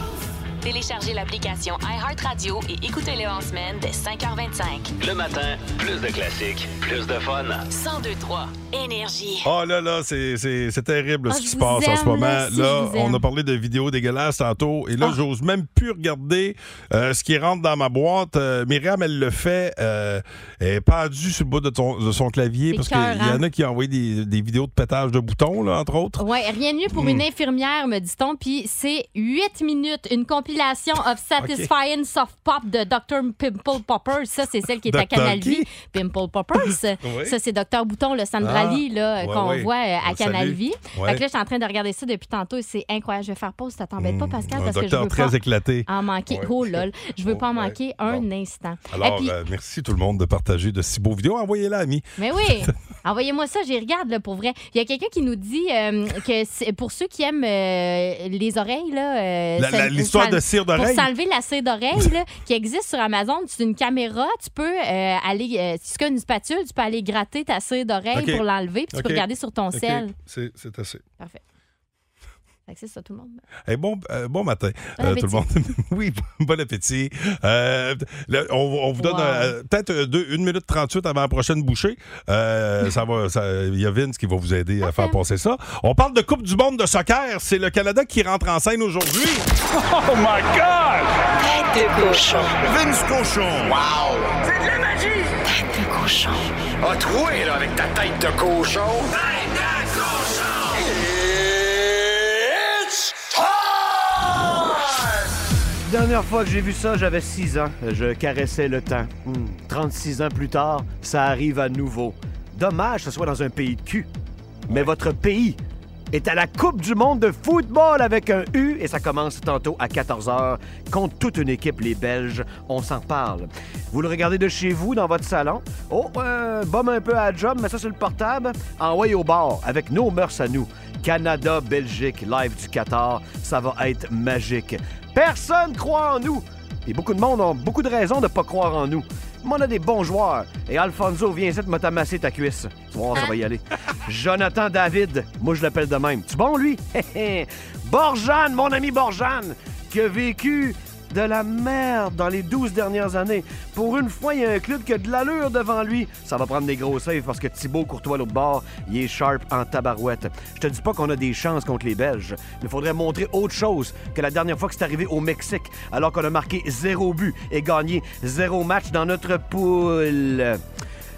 Téléchargez l'application iHeartRadio et écoutez-le en semaine dès 5h25. Le matin, plus de classiques, plus de fun. 1023 Énergie. Oh là là, c'est- c'est c'est terrible Ah, ce qui je se vous passe en ce aime, moment. là, Là, si, je vous on aime. a parlé de vidéos dégueulasses tantôt, et là, Ah. j'ose même plus regarder euh, ce qui rentre dans ma boîte. Euh, Myriam, elle le fait, euh, elle est pendue sur le bout de, ton- de son clavier, C'est parce qu'il y en écœurant. a qui ont envoyé des, des vidéos de pétage de boutons, là, entre autres. Ouais, rien de mieux pour Hmm. une infirmière, me dit-on. Puis c'est 8 minutes, une compilation of Satisfying Soft Pop de Dr. Pimple Poppers. Ça, c'est celle qui est à Dr. Canal qui? Vie. Pimple Poppers. Oui. Ça, c'est Dr. Bouton, le Sandra Ah, Lee, là, ouais, qu'on ouais. voit euh, On à le Canal salue. Vie. Ouais. Fait que là, je suis en train de regarder ça depuis tantôt et c'est incroyable. Je vais faire pause, ça t'embête pas, Pascal, Un parce que je docteur veux très pas éclaté. en manquer. Ouais. Oh lol, je veux pas en manquer un instant. Et Alors, puis- euh, merci tout le monde de partager de si beaux vidéos. Envoyez-la, amis. mais oui! Envoyez-moi ça, j'y regarde là, pour vrai. Il y a quelqu'un qui nous dit euh, que c'est- pour ceux qui aiment euh, les oreilles, là, euh, La- ça- la- l'histoire pour s'en- de cire d'oreille. Pour s'enlever la cire d'oreille là, qui existe sur Amazon, c'est une caméra, tu peux euh, aller, euh, si tu as une spatule, tu peux aller gratter ta cire d'oreille Ok. pour l'enlever, puis tu Ok. peux regarder sur ton Ok. sel. C'est c'est assez. Parfait. Fait que C'est ça, tout le monde. Eh, bon, euh, bon matin, Bon euh, tout le monde. appétit. oui, bon- bon appétit. Euh, le- on, on vous donne Wow. euh, peut-être euh, deux- une minute 38 avant la prochaine bouchée. Euh, ça va, ça- il y a Vince qui va vous aider à faire passer ça. On parle de Coupe du monde de soccer. C'est le Canada qui rentre en scène aujourd'hui. Oh my God! Tête de cochon. Vince cochon. Wow! C'est de la magie! Tête de cochon. A troué, là, avec ta tête de cochon. Tête de cochon! It's Dernière fois que j'ai vu ça, j'avais 6 ans. Je caressais le temps. Hmm, 36 ans plus tard, ça arrive à nouveau. Dommage que ce soit dans un pays de cul. Mais votre pays est à la Coupe du monde de football avec un U et ça commence tantôt à 14h contre toute une équipe, les Belges. On s'en parle. Vous le regardez de chez vous, dans votre salon. Oh, euh, bombe un peu à la job, mais ça sur le portable. Envoyez au bord avec nos mœurs à nous. Canada, Belgique, live du Qatar, ça va être magique. Personne croit en nous. Et beaucoup de monde ont beaucoup de raisons de pas croire en nous. Mais on a des bons joueurs. Et Alfonso, viens ici, te m'a tamasser ta cuisse. Tu vois, ça va y aller. Jonathan David, moi je l'appelle de même. Tu bon, lui? Borjane, mon ami Borjane, qui a vécu de la merde dans les 12 dernières années. Pour une fois, il y a un club qui a de l'allure devant lui. Ça va prendre des gros saves parce que Thibaut Courtois, l'autre bord, il est sharp en tabarouette. Je te dis pas qu'on a des chances contre les Belges. Il faudrait montrer autre chose que la dernière fois que c'est arrivé au Mexique, alors qu'on a marqué zéro but et gagné zéro match dans notre poule.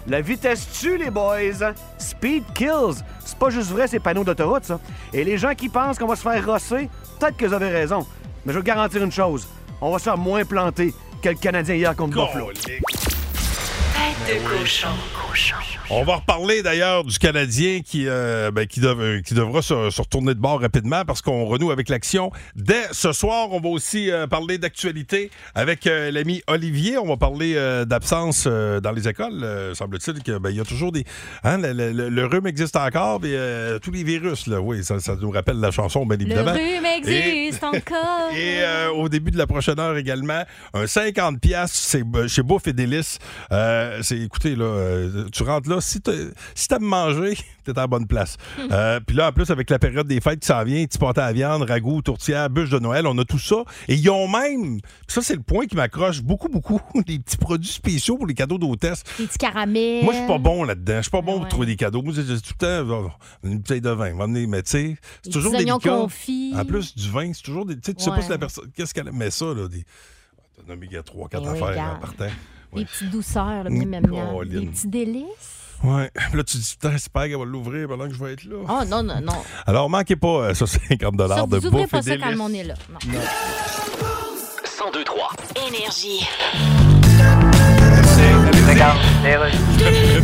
La vitesse tue, les boys. Speed kills. C'est pas juste vrai, ces panneaux d'autoroute, ça. Et les gens qui pensent qu'on va se faire rosser, peut-être que vous avez raison. Mais je veux garantir une chose. On va se faire moins planter que le Canadien hier contre Buffalo. Tête de cochon. On va reparler d'ailleurs du Canadien qui, euh, ben, qui, dev- euh, qui devra se, se retourner de bord rapidement parce qu'on renoue avec l'action. Dès ce soir, on va aussi euh, parler d'actualité avec euh, l'ami Olivier. On va parler euh, d'absence euh, dans les écoles. Euh, Semble-t-il qu'il y a toujours des... hein, le, le- le- le rhume existe encore, mais euh, tous les virus, là, oui, ça, ça nous rappelle la chanson, bien Le évidemment. rhume Et- existe encore. et euh, au début de la prochaine heure également, un 50 pièces c'est b- chez Bouffe et Délices. Euh, c'est écoutez là, euh, tu rentres là si t'as- si t'aimes manger, t'es à la bonne place. Euh, puis là en plus avec la période des fêtes qui s'en vient, petit pâté à viande, ragoût, tourtière, bûche de Noël, on a tout ça et ils ont même ça c'est le point qui m'accroche beaucoup beaucoup des petits produits spéciaux pour les cadeaux d'hôtesse. Des petits caramels. Moi, je suis pas bon là-dedans. Je suis pas Ah bon pour trouver des cadeaux. Moi, c'est c'est tout le temps oh, une bouteille de vin. Va venir, mais tu sais, c'est Des toujours petits des oignons confits. En plus du vin, c'est toujours des. Tu sais, tu sais Ouais. pas si la personne. Qu'est-ce qu'elle. Mais ça, là, des. T'as nommé qu'il y a 3-4 Ben oui, affaires regarde. en partant. Des petites douceurs, là, Mm, miam, miam, miam. Colin. Des petits délices. Ouais. Puis Là, tu te dis, putain, j'espère qu'elle va l'ouvrir pendant que je vais être là. Oh non, non, non. Alors, manquez pas euh, ce 50 Ça, de vous ouvrez bouffe pas et ça quand délices. on est là. Non. 1023. Énergie.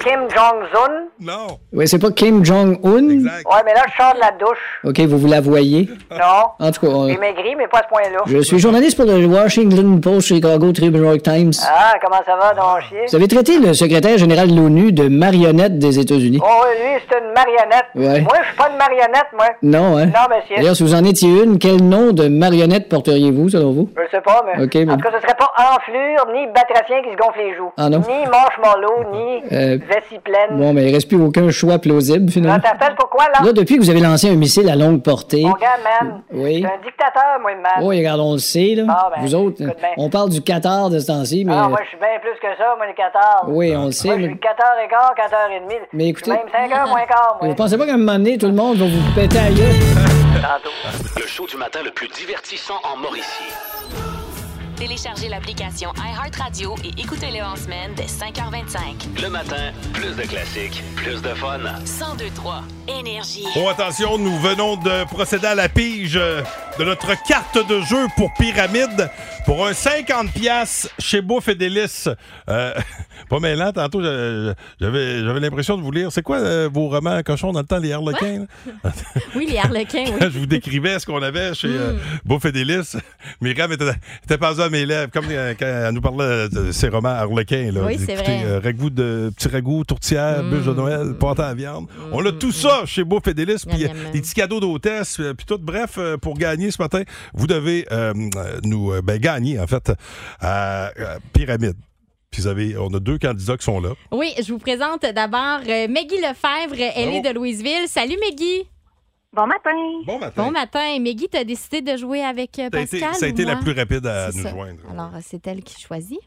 Kim Jong-un? Non. Oui, c'est pas Kim Jong-un? Ouais, mais là, je sors de la douche. OK, vous vous la voyez? Non. En tout cas, on- J'ai maigri, mais pas à ce point-là. je suis journaliste pour le Washington Post, Chicago Tribune, New York Times. Ah, comment ça va, donc, chier? Vous avez traité le secrétaire général de l'ONU de marionnette des États-Unis. Oh, oui, lui, c'est une marionnette. Ouais. Moi, je suis pas une marionnette, moi. Non, hein? Non, monsieur. D'ailleurs, si vous en étiez une, quel nom de marionnette porteriez-vous, selon vous? Je le sais pas, mais. Ok, mais- En tout cas, ce serait pas enflure, ni batracien qui se gonfle les joues. Ah, non? Ni marshmallow, ni Euh, vessie pleine. Bon, mais il reste plus aucun choix plausible, finalement. T'appelles pourquoi, là? Là, depuis que vous avez lancé un missile à longue portée, Mon gars, man. Oui. Oh, C'est un dictateur, moi, man. oui, regarde, on le sait, là. Ah, ben, vous autres, écoute bien. on parle du Qatar de ce temps-ci, mais... Ah, moi, je suis bien plus que ça, moi, les 14. Oui, on le sait, Moi, je mais- suis 14 et quart, 14 et demi. Mais écoutez- Je suis même 5 heures moins quart, moi. Vous pensez pas qu'à un moment donné, tout le monde va vous péter à gueule? Le show du matin le plus divertissant en Mauricie. Téléchargez l'application iHeartRadio et écoutez-le en semaine dès 5h25. Le matin, plus de classiques, plus de fun. 1023 Énergie. Oh, attention, nous venons de procéder à la pige euh, de notre carte de jeu pour Pyramide pour un 50 pièces chez Bouffe et Délices. Euh, pas mêlant, tantôt, je- je- j'avais j'avais l'impression de vous lire. C'est quoi euh, vos romans à cochons dans le temps, les harlequins? là? Oui, les harlequins, oui. Hmm. je vous décrivais ce qu'on avait chez euh, Bouffe et Délices. Mes rêves étaient, étaient passés à mes lèvres, comme euh, quand elle nous parlait de ses romans harlequins. Là. Oui, c'est Écoutez, vrai. Hmm. euh, ragoût de petit ragoût, tourtière, bûche de Noël, pâte à la viande. On a tout ça chez Bouffe et Délices, puis Miam, euh, miam. des petits cadeaux d'hôtesse, euh, puis tout. Bref, euh, pour gagner ce matin, vous devez euh, euh, nous euh, ben, gagner, en fait, à, à Pyramide. Puis vous avez, on a deux candidats qui sont là. Oui, je vous présente d'abord euh, Maggie Lefebvre. Elle est de Louisville. Salut, Maggie. Bon matin. Bon matin. Bon matin. Maggie, tu as décidé de jouer avec euh, Ça a été, Pascal. ça a été ou la moi? plus rapide à C'est nous ça. joindre. Alors, euh, c'est elle qui choisit.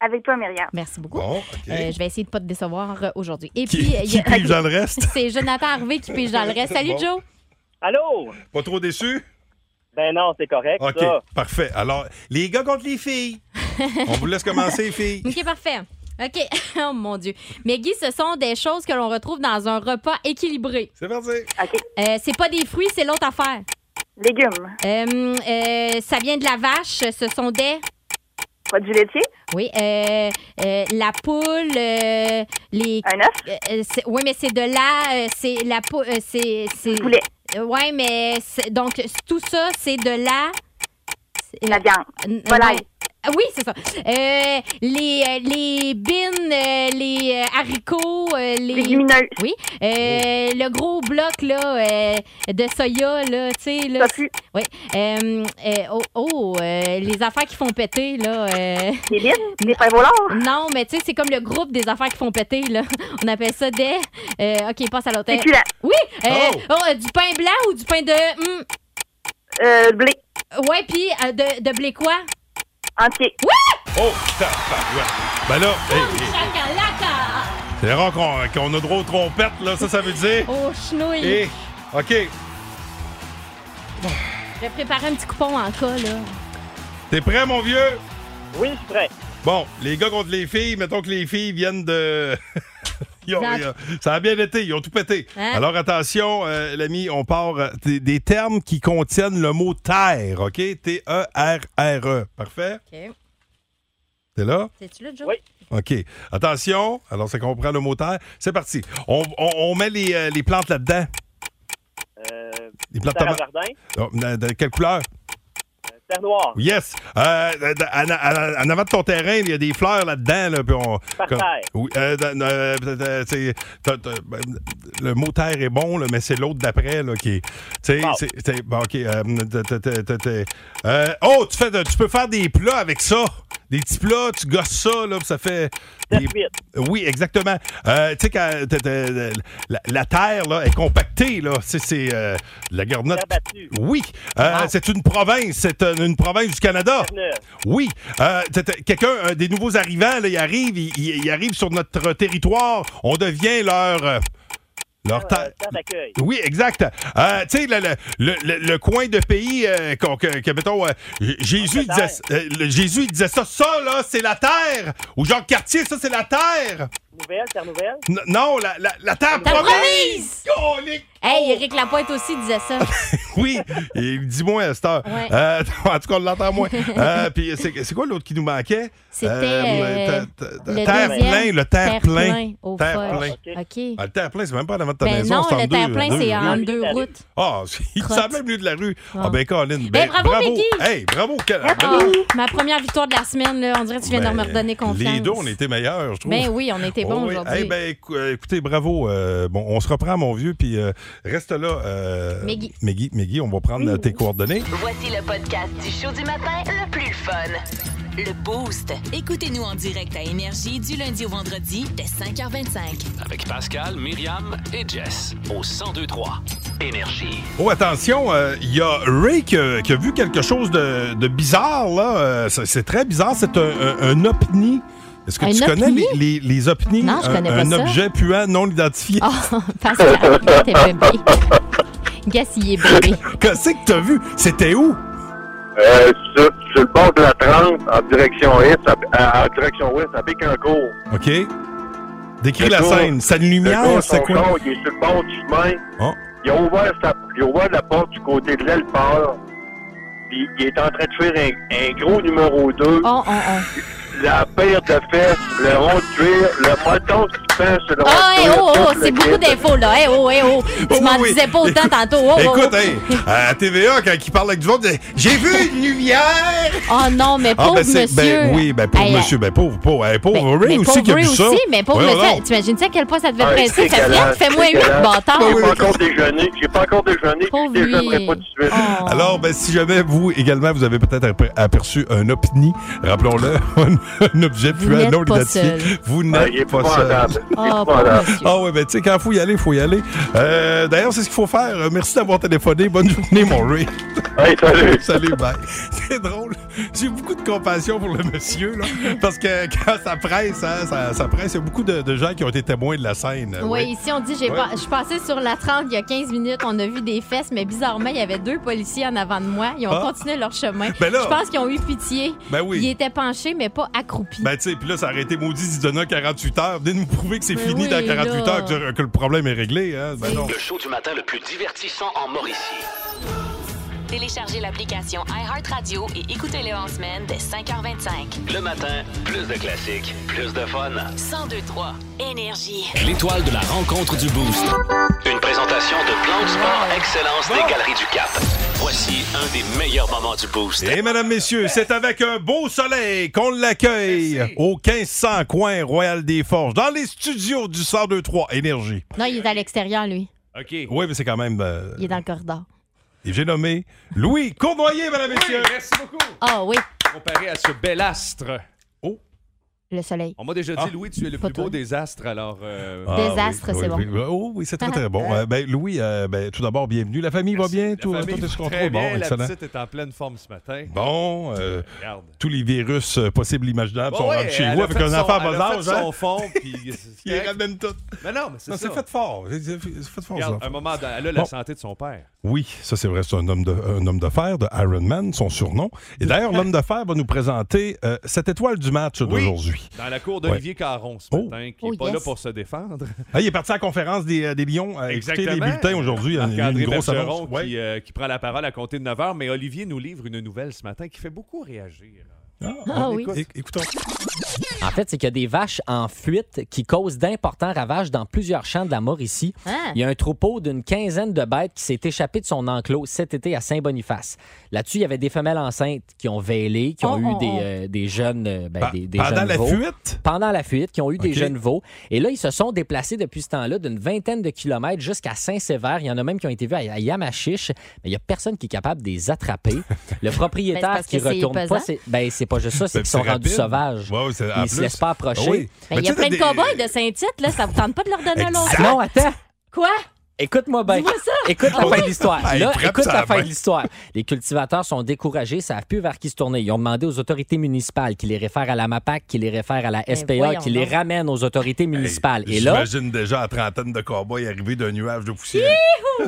Avec toi, Myriam. Merci beaucoup. Bon, OK. Euh, je vais essayer de ne pas te décevoir euh, aujourd'hui. Et Qui- puis, euh, il y a- qui pige dans le reste? C'est Jonathan Harvey qui pige dans le reste. Salut, Bon. Joe. Allô? Pas trop déçu? Ben non, c'est correct. OK, ça. parfait. Alors, les gars contre les filles. On vous laisse commencer, les filles. OK, parfait. OK. oh mon Dieu. Maggie, ce sont des choses que l'on retrouve dans un repas équilibré. C'est parti. Euh, c'est pas des fruits, c'est l'autre affaire. Légumes. Euh, euh, ça vient de la vache. Ce sont des. Produits laitiers? Oui. euh, euh, la poule, euh, les. Un œuf? oui, mais c'est de là. euh, c'est la poule. euh, c'est. c'est- Poulet. Euh, ouais, mais. c'est- Donc, c'est- tout ça, c'est de la. La viande. Volaille. Oui, c'est ça. Euh, les, euh, les bines, euh, les euh, haricots, euh, les. Les légumineuses. Oui. Euh, Le gros bloc, là, euh, de soya, là, tu sais, là. Oui. Euh, euh, oh, oh, euh, les affaires qui font péter, là. euh. Des bines? Des pains volants? Non, mais tu sais, c'est comme le groupe des affaires qui font péter, là. On appelle ça des. euh, OK, passe à l'autre. Des culettes. Oui! euh, Oh. oh, euh, du pain blanc ou du pain de. hmm? Euh, blé. Ouais, puis euh, de, de blé quoi? Entier. Oui! Oh, putain, Ben là, hey, hey, Chacalaca! c'est rare qu'on qu'on a droit aux trompettes, là, ça, ça veut dire. Oh, chenouille! Et, OK, Je vais préparer un petit coupon en cas, là. t'es prêt, mon vieux? Oui, je suis prêt. Bon, les gars contre les filles, mettons que les filles viennent de. Ils ont- Exact. ils ont- ça a bien été, ils ont tout pété. Hein? Alors attention, euh, l'ami, on part euh, des, des termes qui contiennent le mot terre, OK? E T-E-R-R-E. Parfait? OK. T'es là? C'est-tu là, Joe? Oui. OK. Attention, alors c'est qu'on prend le mot terre. C'est parti. On, on- on met les, euh, les plantes là-dedans. Euh, Les plantes Sarah toma- Jardin, Oh, de- de quelle couleur? Terre Noire. Yes. Euh, d- en, en- en avant de ton terrain, il y a des fleurs là-dedans. Là, puis on, Par terre. Oui, euh, d- euh, d- d- c'est- t'as- t'as- ben, le mot terre est bon, là, mais c'est l'autre d'après là, qui est. tu sais, c'est- c'est- bon, OK. euh, t'as- t'as- t'as- t'as- t'as- euh, oh, tu, fais de- tu peux faire des plats avec ça. Des petits plats, tu gosses ça, là, puis ça fait. des- Oui, exactement. Euh, tu sais, quand t'as- t'as- la, la terre là, est compactée, là. C'est- C'est euh, la garnotte. Oui. Euh, C'est une province. C'est une, une province du Canada. Terre-Neuve. Oui. Euh, t'as- t'as- Quelqu'un, un des nouveaux arrivants, là, il arrive, il, il- il arrive sur notre territoire. On devient leur. euh, leur terre. euh, Terre d'accueil. Oui, exact. Euh, tu sais, le, le- le- le- le coin de pays euh, qu'on- que, que, mettons, euh, J- Jésus, il disait, euh, le- Jésus il disait ça, ça, là, c'est la terre. Ou Jacques Cartier, ça, c'est la terre. Nouvelle, Terre Nouvelle. N- non, la, la- la Oh! terre T'as promise. promise! Hey, Éric Lapointe aussi disait ça. Oui, il dit moins à cette heure. Ouais. Euh, en tout cas, on l'entend moins. Euh, puis c'est c'est quoi l'autre qui nous manquait? C'était, Euh, euh, ta- ta- ta- le terre deuxième, plein, le terre terre plein. plein, au Terre fuck. plein. OK. Ah, le terre plein, c'est même pas en avant de ta Ben maison. non, c'est en le deux- terre-plein, deux c'est en rues. deux routes. Ah, ça a même lieu de la rue. Ah, ben, Colin, ben, Ben, bravo, Peggy. Hey, bravo, quel- Ah, ma première victoire de la semaine, là, on dirait que tu viens Ben, de me redonner confiance. Les deux, on était meilleurs, je trouve. Ben oui, on était bons Oh oui. aujourd'hui. Eh ben, écou- euh, écoutez, bravo. Euh, bon, on se reprend, mon vieux, puis euh, reste là. Euh, Meggy. Meggy, Meggy, on va prendre euh, tes coordonnées. Voici le podcast du show du matin le plus fun. Le Boost. Écoutez-nous en direct à Énergie du lundi au vendredi dès 5h25. Avec Pascal, Myriam et Jess au 1023 Énergie. Oh, attention, euh, il y a Ray qui a, qui a vu quelque chose de, de bizarre, là. Euh, c'est- c'est très bizarre. C'est un, un, un opni. Est-ce que Un tu connais opni? les, les, les opnis? Non, je Un- connais pas un, ça. objet puant non identifié. Oh, parce que t'es bébé. Gassillé bébé. Qu'est-ce que t'as vu? C'était où? Euh, sur, sur le bord de la 30, en direction est, à, à- en direction ouest, à Bécancourt. OK. Décris Le la gars- scène. C'est une Le gars, lumière, c'est son quoi? char, il est sur le bord du chemin. Oh. Il, a ouvert sa- il a ouvert la porte du côté de l'aile port. Puis il est en train de faire un, un gros numéro 2. Oh, La paire de fesses, le rond de cuir, le moton qui pend sur le rond Ah, de hey, cuir, oh, oh, tout le c'est beaucoup kit. d'infos, là. Hey, oh, hey, oh. Tu m'en oui. disais pas autant tantôt. Oh, oh, oh. Écoute, hey, à TVA, quand il parle avec du monde, il dit, j'ai vu une lumière! Oh non, mais pauvre ben, c'est- monsieur. ben oui, ben pauvre Hey, monsieur, ben pauvre, pauvre, hey, pauvre Ray mais aussi pauvre qui a Ray vu aussi, ça. mais pauvre Voyons monsieur, donc. t'imagines-tu à quel point ça devait Ah, presser? c'est Ça fait, dégueulasse, fais moins c'est 8, dégueulasse. Ah, bâtard. J'ai pas encore déjeuné, j'ai pas encore déjeuné, puis déjà, je ferai pas tout de suite. Alors, ben, si jamais vous également, vous avez peut-être apre- aperçu un opni, rappelons-le, un, un objet Vous puant n'êtes non pas identifié, seul. vous Ah, il est n'êtes pas épouvantable. seul. Il est Ah, épouvantable. pauvre Ah ouais, ben tu sais, quand il faut y aller, il faut y aller. Euh, D'ailleurs, c'est ce qu'il faut faire. Euh, Merci d'avoir téléphoné. Bonne journée, mon Ray. Hey, salut. salut, bye. C'est drôle. J'ai beaucoup de compassion pour le monsieur, là, parce que quand ça presse, hein, ça, ça presse, il y a beaucoup de, de gens qui ont été témoins de la scène. Oui, ici on dit, j'ai Euh, Ouais. pas- je suis passée sur la 30 il y a 15 minutes, on a vu des fesses, mais bizarrement, il y avait deux policiers en avant de moi. Ils ont Ah. continué leur chemin. Ben là. je pense qu'ils ont eu pitié. Ben oui. Ils étaient penchés, mais pas accroupis. Ben, tu sais, puis là, ça a arrêté maudit Didona 48 heures. Venez nous prouver que c'est Ben fini oui, dans 48 là. heures, que, que le problème est réglé. Hein? Ben non. Le show du matin le plus divertissant en Mauricie. Téléchargez l'application iHeartRadio et écoutez-le en semaine dès 5h25. Le matin, plus de classiques, plus de fun. 1023 Énergie. L'étoile de la rencontre du Boost. Une présentation de Plan de Sport Excellence des Galeries du Cap. Voici un des meilleurs moments du Boost. Et Eh, mesdames, messieurs, c'est avec un beau soleil qu'on l'accueille au 1500 coin Royal des Forges, dans les studios du 1023 Énergie. Non, il est à l'extérieur, lui. OK. Oui, mais c'est quand même. euh, Il est dans le corridor. et J'ai nommé Louis Cournoyer, mesdames, messieurs. merci beaucoup. Ah oui, Comparé à ce bel astre. le soleil. On m'a déjà dit, Louis, tu es le plus beau des astres, alors... euh, Ah, oui, Désastre, oui, c'est oui, bon. oui. Oh, oui, c'est très, très bon. Euh, ben, Louis, euh, ben, tout d'abord, bienvenue. La famille va bien? tout, hein? La famille tout est va Ah, sur très contrôle? bien, Bon, la excellent. petite est en pleine forme ce matin. Bon, euh, Regarde. tous les virus euh, possibles, imaginables Bon, sont ouais, rentrés chez elle vous a avec fait un son- enfant à elle bas a âge. fait hein? son fond, puis... Ils ramènent tout. Mais non, mais c'est Non, ça. c'est fait fort. C'est- C'est c'est fait fort, Regarde, ça. un moment, elle a la Bon. santé de son père. Oui, ça c'est vrai, c'est un homme de, un homme de fer de Iron Man, son surnom. Et d'ailleurs, l'homme de fer va nous présenter euh, cette étoile du match d'aujourd'hui. Dans la cour d'Olivier Caron ce matin, qui n'est Oh, pas yes. là pour se défendre. Ah, il est parti à la conférence des, euh, des Lions. Euh, écoutez les bulletins aujourd'hui. hein, Il y a une- Marc-André une grosse Bergeron annonce. qui, euh, qui prend la parole à compter de 9 h, mais Olivier nous livre une nouvelle ce matin qui fait beaucoup réagir. Ah oui. écoute. Écoutons. En fait, c'est qu'il y a des vaches en fuite qui causent d'importants ravages dans plusieurs champs de la Mauricie. Hein? Il y a un troupeau d'une quinzaine de bêtes qui s'est échappé de son enclos cet été à Saint-Boniface. Là-dessus, il y avait des femelles enceintes qui ont vêlé, qui ont Oh, eu oh, des, oh. euh, des jeunes euh, ben, Pa- des, des pendant jeunes la veaux. fuite? Pendant la fuite, qui ont eu des OK. jeunes veaux. Et là, ils se sont déplacés depuis ce temps-là d'une vingtaine de kilomètres jusqu'à Saint-Sévère. Il y en a même qui ont été vus à, à Yamachiche, mais il n'y a personne qui est capable de les attraper. Le Ben, c'est propriétaire parce qui que c'est retourne pas, pesant. c'est- ben, c'est pas juste ça, c'est Ben, qu'ils sont c'est rendus rapide. sauvages. Ouais, ouais, c'est- en Ils se plus. laissent pas approcher. Ah oui. Ben, il y a plein de cow-boys. cow-boys de Saint-Tite, là. Ça vous tente pas de leur donner un long Exact. Non, attends. Quoi? Écoute-moi bien. Dis-moi ça. Écoute la Ah fin oui? de l'histoire. Ben, il Là, frappe écoute sa la fin main. de l'histoire. Les cultivateurs sont découragés, ne savent plus vers qui se tourner. Ils ont demandé aux autorités municipales qui les réfèrent à la MAPAC, qui les réfèrent à la Ben, SPA, voyons qui les donc. ramènent aux autorités municipales. Et là, J'imagine déjà à trentaine de cowboys arrivés d'un nuage de poussière.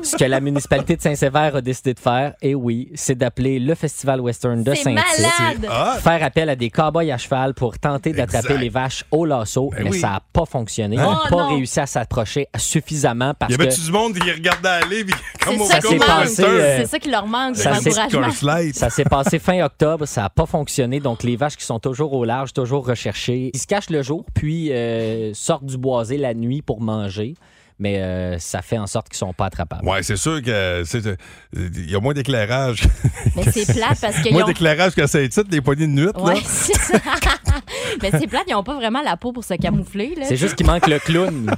ce que la municipalité de Saint-Sévère a décidé de faire, et oui, c'est d'appeler le Festival Western de C'est Saint-Tite. malade! Ah! Faire appel à des cow-boys à cheval pour tenter d'attraper les vaches au lasso, mais Ben oui. ça n'a pas fonctionné. Ils Hein? n'ont Oh, pas non. réussi à s'approcher suffisamment parce Il y que... avait-tu du monde qui regardait aller? puis C'est Comme au ça qui Cowboy s'est manque. passé, euh, C'est ça qui leur manque, c'est Ça s'est- l'encouragement. Ça s'est passé fin octobre, ça n'a pas fonctionné. Donc, les vaches qui sont toujours au large, toujours recherchées, ils se cachent le jour, puis euh, sortent du boisé la nuit pour manger. Mais euh, ça fait en sorte qu'ils sont pas attrapables. Ouais, c'est sûr que c'est- euh, il y a moins d'éclairage. Mais c'est plate parce qu'ils Moins ont- d'éclairage qu'à Saint-Tite, les poignées de nuit. là. Ouais, c'est ça. Mais c'est plate, ils n'ont pas vraiment la peau pour se camoufler. là. C'est juste qu'il manque le clown.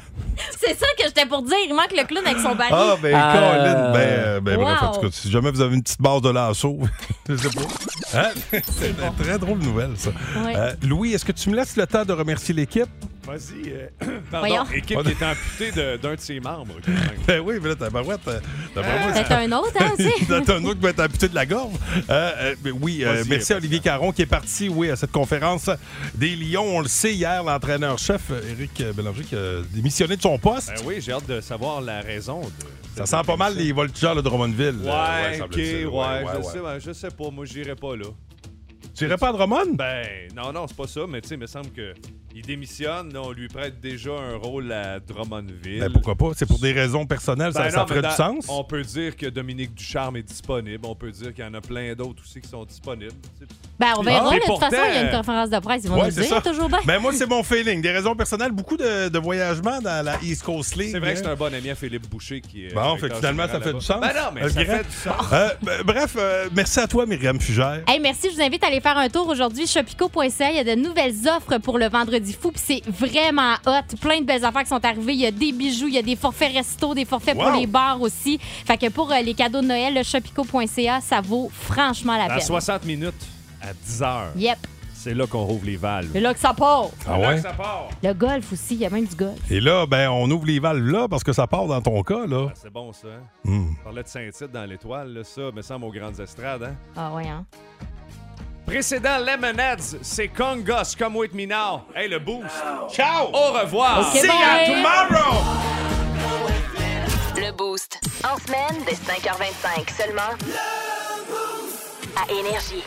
C'est ça que j'étais pour dire. Il manque le clown avec son balai. Ah, ben, Ah. Colin, ben, euh, ben, bref, Wow. en tout cas, si jamais vous avez une petite base de lasso, je sais pas. Hein? C'est une très drôle nouvelle, ça. Ouais. Euh, Louis, est-ce que tu me laisses le temps de remercier l'équipe? Vas-y. euh, Voyons. pardon, équipe qui est amputée de- d'un de ses membres. quand même. Ben oui, mais là, ta barouette, euh, d'après moi, Peut-être un autre, hein, aussi. Peut-être un autre qui va être amputé de la gorge. Euh, euh, ben oui, euh, Vas-y, hein. merci à Olivier Caron qui est parti, oui, à cette conférence des Lions. On le sait, hier, l'entraîneur-chef, euh, Éric Bélanger, qui a démissionné de son poste. Ben oui, j'ai hâte de savoir la raison. de- Ça sent pas mal les voltigeurs de Drummondville. Ouais, euh, ok, semble-t-il. Ouais, ouais, ouais, je, ouais. Sais, ben, je sais pas, moi j'irai pas là. Tu irais pas à Drummond? Ben, non, non, c'est pas ça, mais tu sais, il me semble que il démissionne, là, on lui prête déjà un rôle à Drummondville. Ben, pourquoi pas? C'est pour des raisons personnelles, ça, Ben ça non, mais ferait du dans- sens. On peut dire que Dominique Ducharme est disponible, on peut dire qu'il y en a plein d'autres aussi qui sont disponibles. Ben, on verra. Ah, là, mais de toute façon, pourtant, il y a une euh, conférence de presse. Ils vont Ouais, nous c'est dire ça. toujours bien. Ben, moi, c'est mon feeling. Des raisons personnelles, beaucoup de, de voyagements dans la East Coast League. Hein? C'est vrai que c'est un bon ami à Philippe Boucher qui est. Bon, fait que directeur finalement, ça général fait du sens. là-bas. Ben non, mais Euh, ça Guérin. fait du sens. Euh, ben, bref, euh, merci à toi, Myriam Fugère. Hey, merci, je vous invite à aller faire un tour aujourd'hui. Shopico.ca, il y a de nouvelles offres pour le vendredi fou, puis c'est vraiment hot. Plein de belles affaires qui sont arrivées. Il y a des bijoux, il y a des forfaits resto, des forfaits pour Wow. les bars aussi. Fait que pour euh, les cadeaux de Noël, le Shopico.ca, ça vaut franchement la Dans peine. 60 minutes à 10 heures, Yep. c'est là qu'on rouvre les valves. C'est là que ça part. Ah ouais? Ça part. Le golf aussi, il y a même du golf. Et là, ben, on ouvre les valves là parce que ça part dans ton cas, là. Ah, C'est bon, ça. hein? Hmm. On parlait de Saint-Tite dans l'étoile, là, ça, me semble aux grandes estrades. Hein? Ah ouais, hein? Précédent Lemonades, c'est Congos comme With Me Now. Hey, le boost. Ciao! Au revoir. Ok, See ya bye. tomorrow. Le Boost. En semaine, dès 5h25 seulement. À Énergie.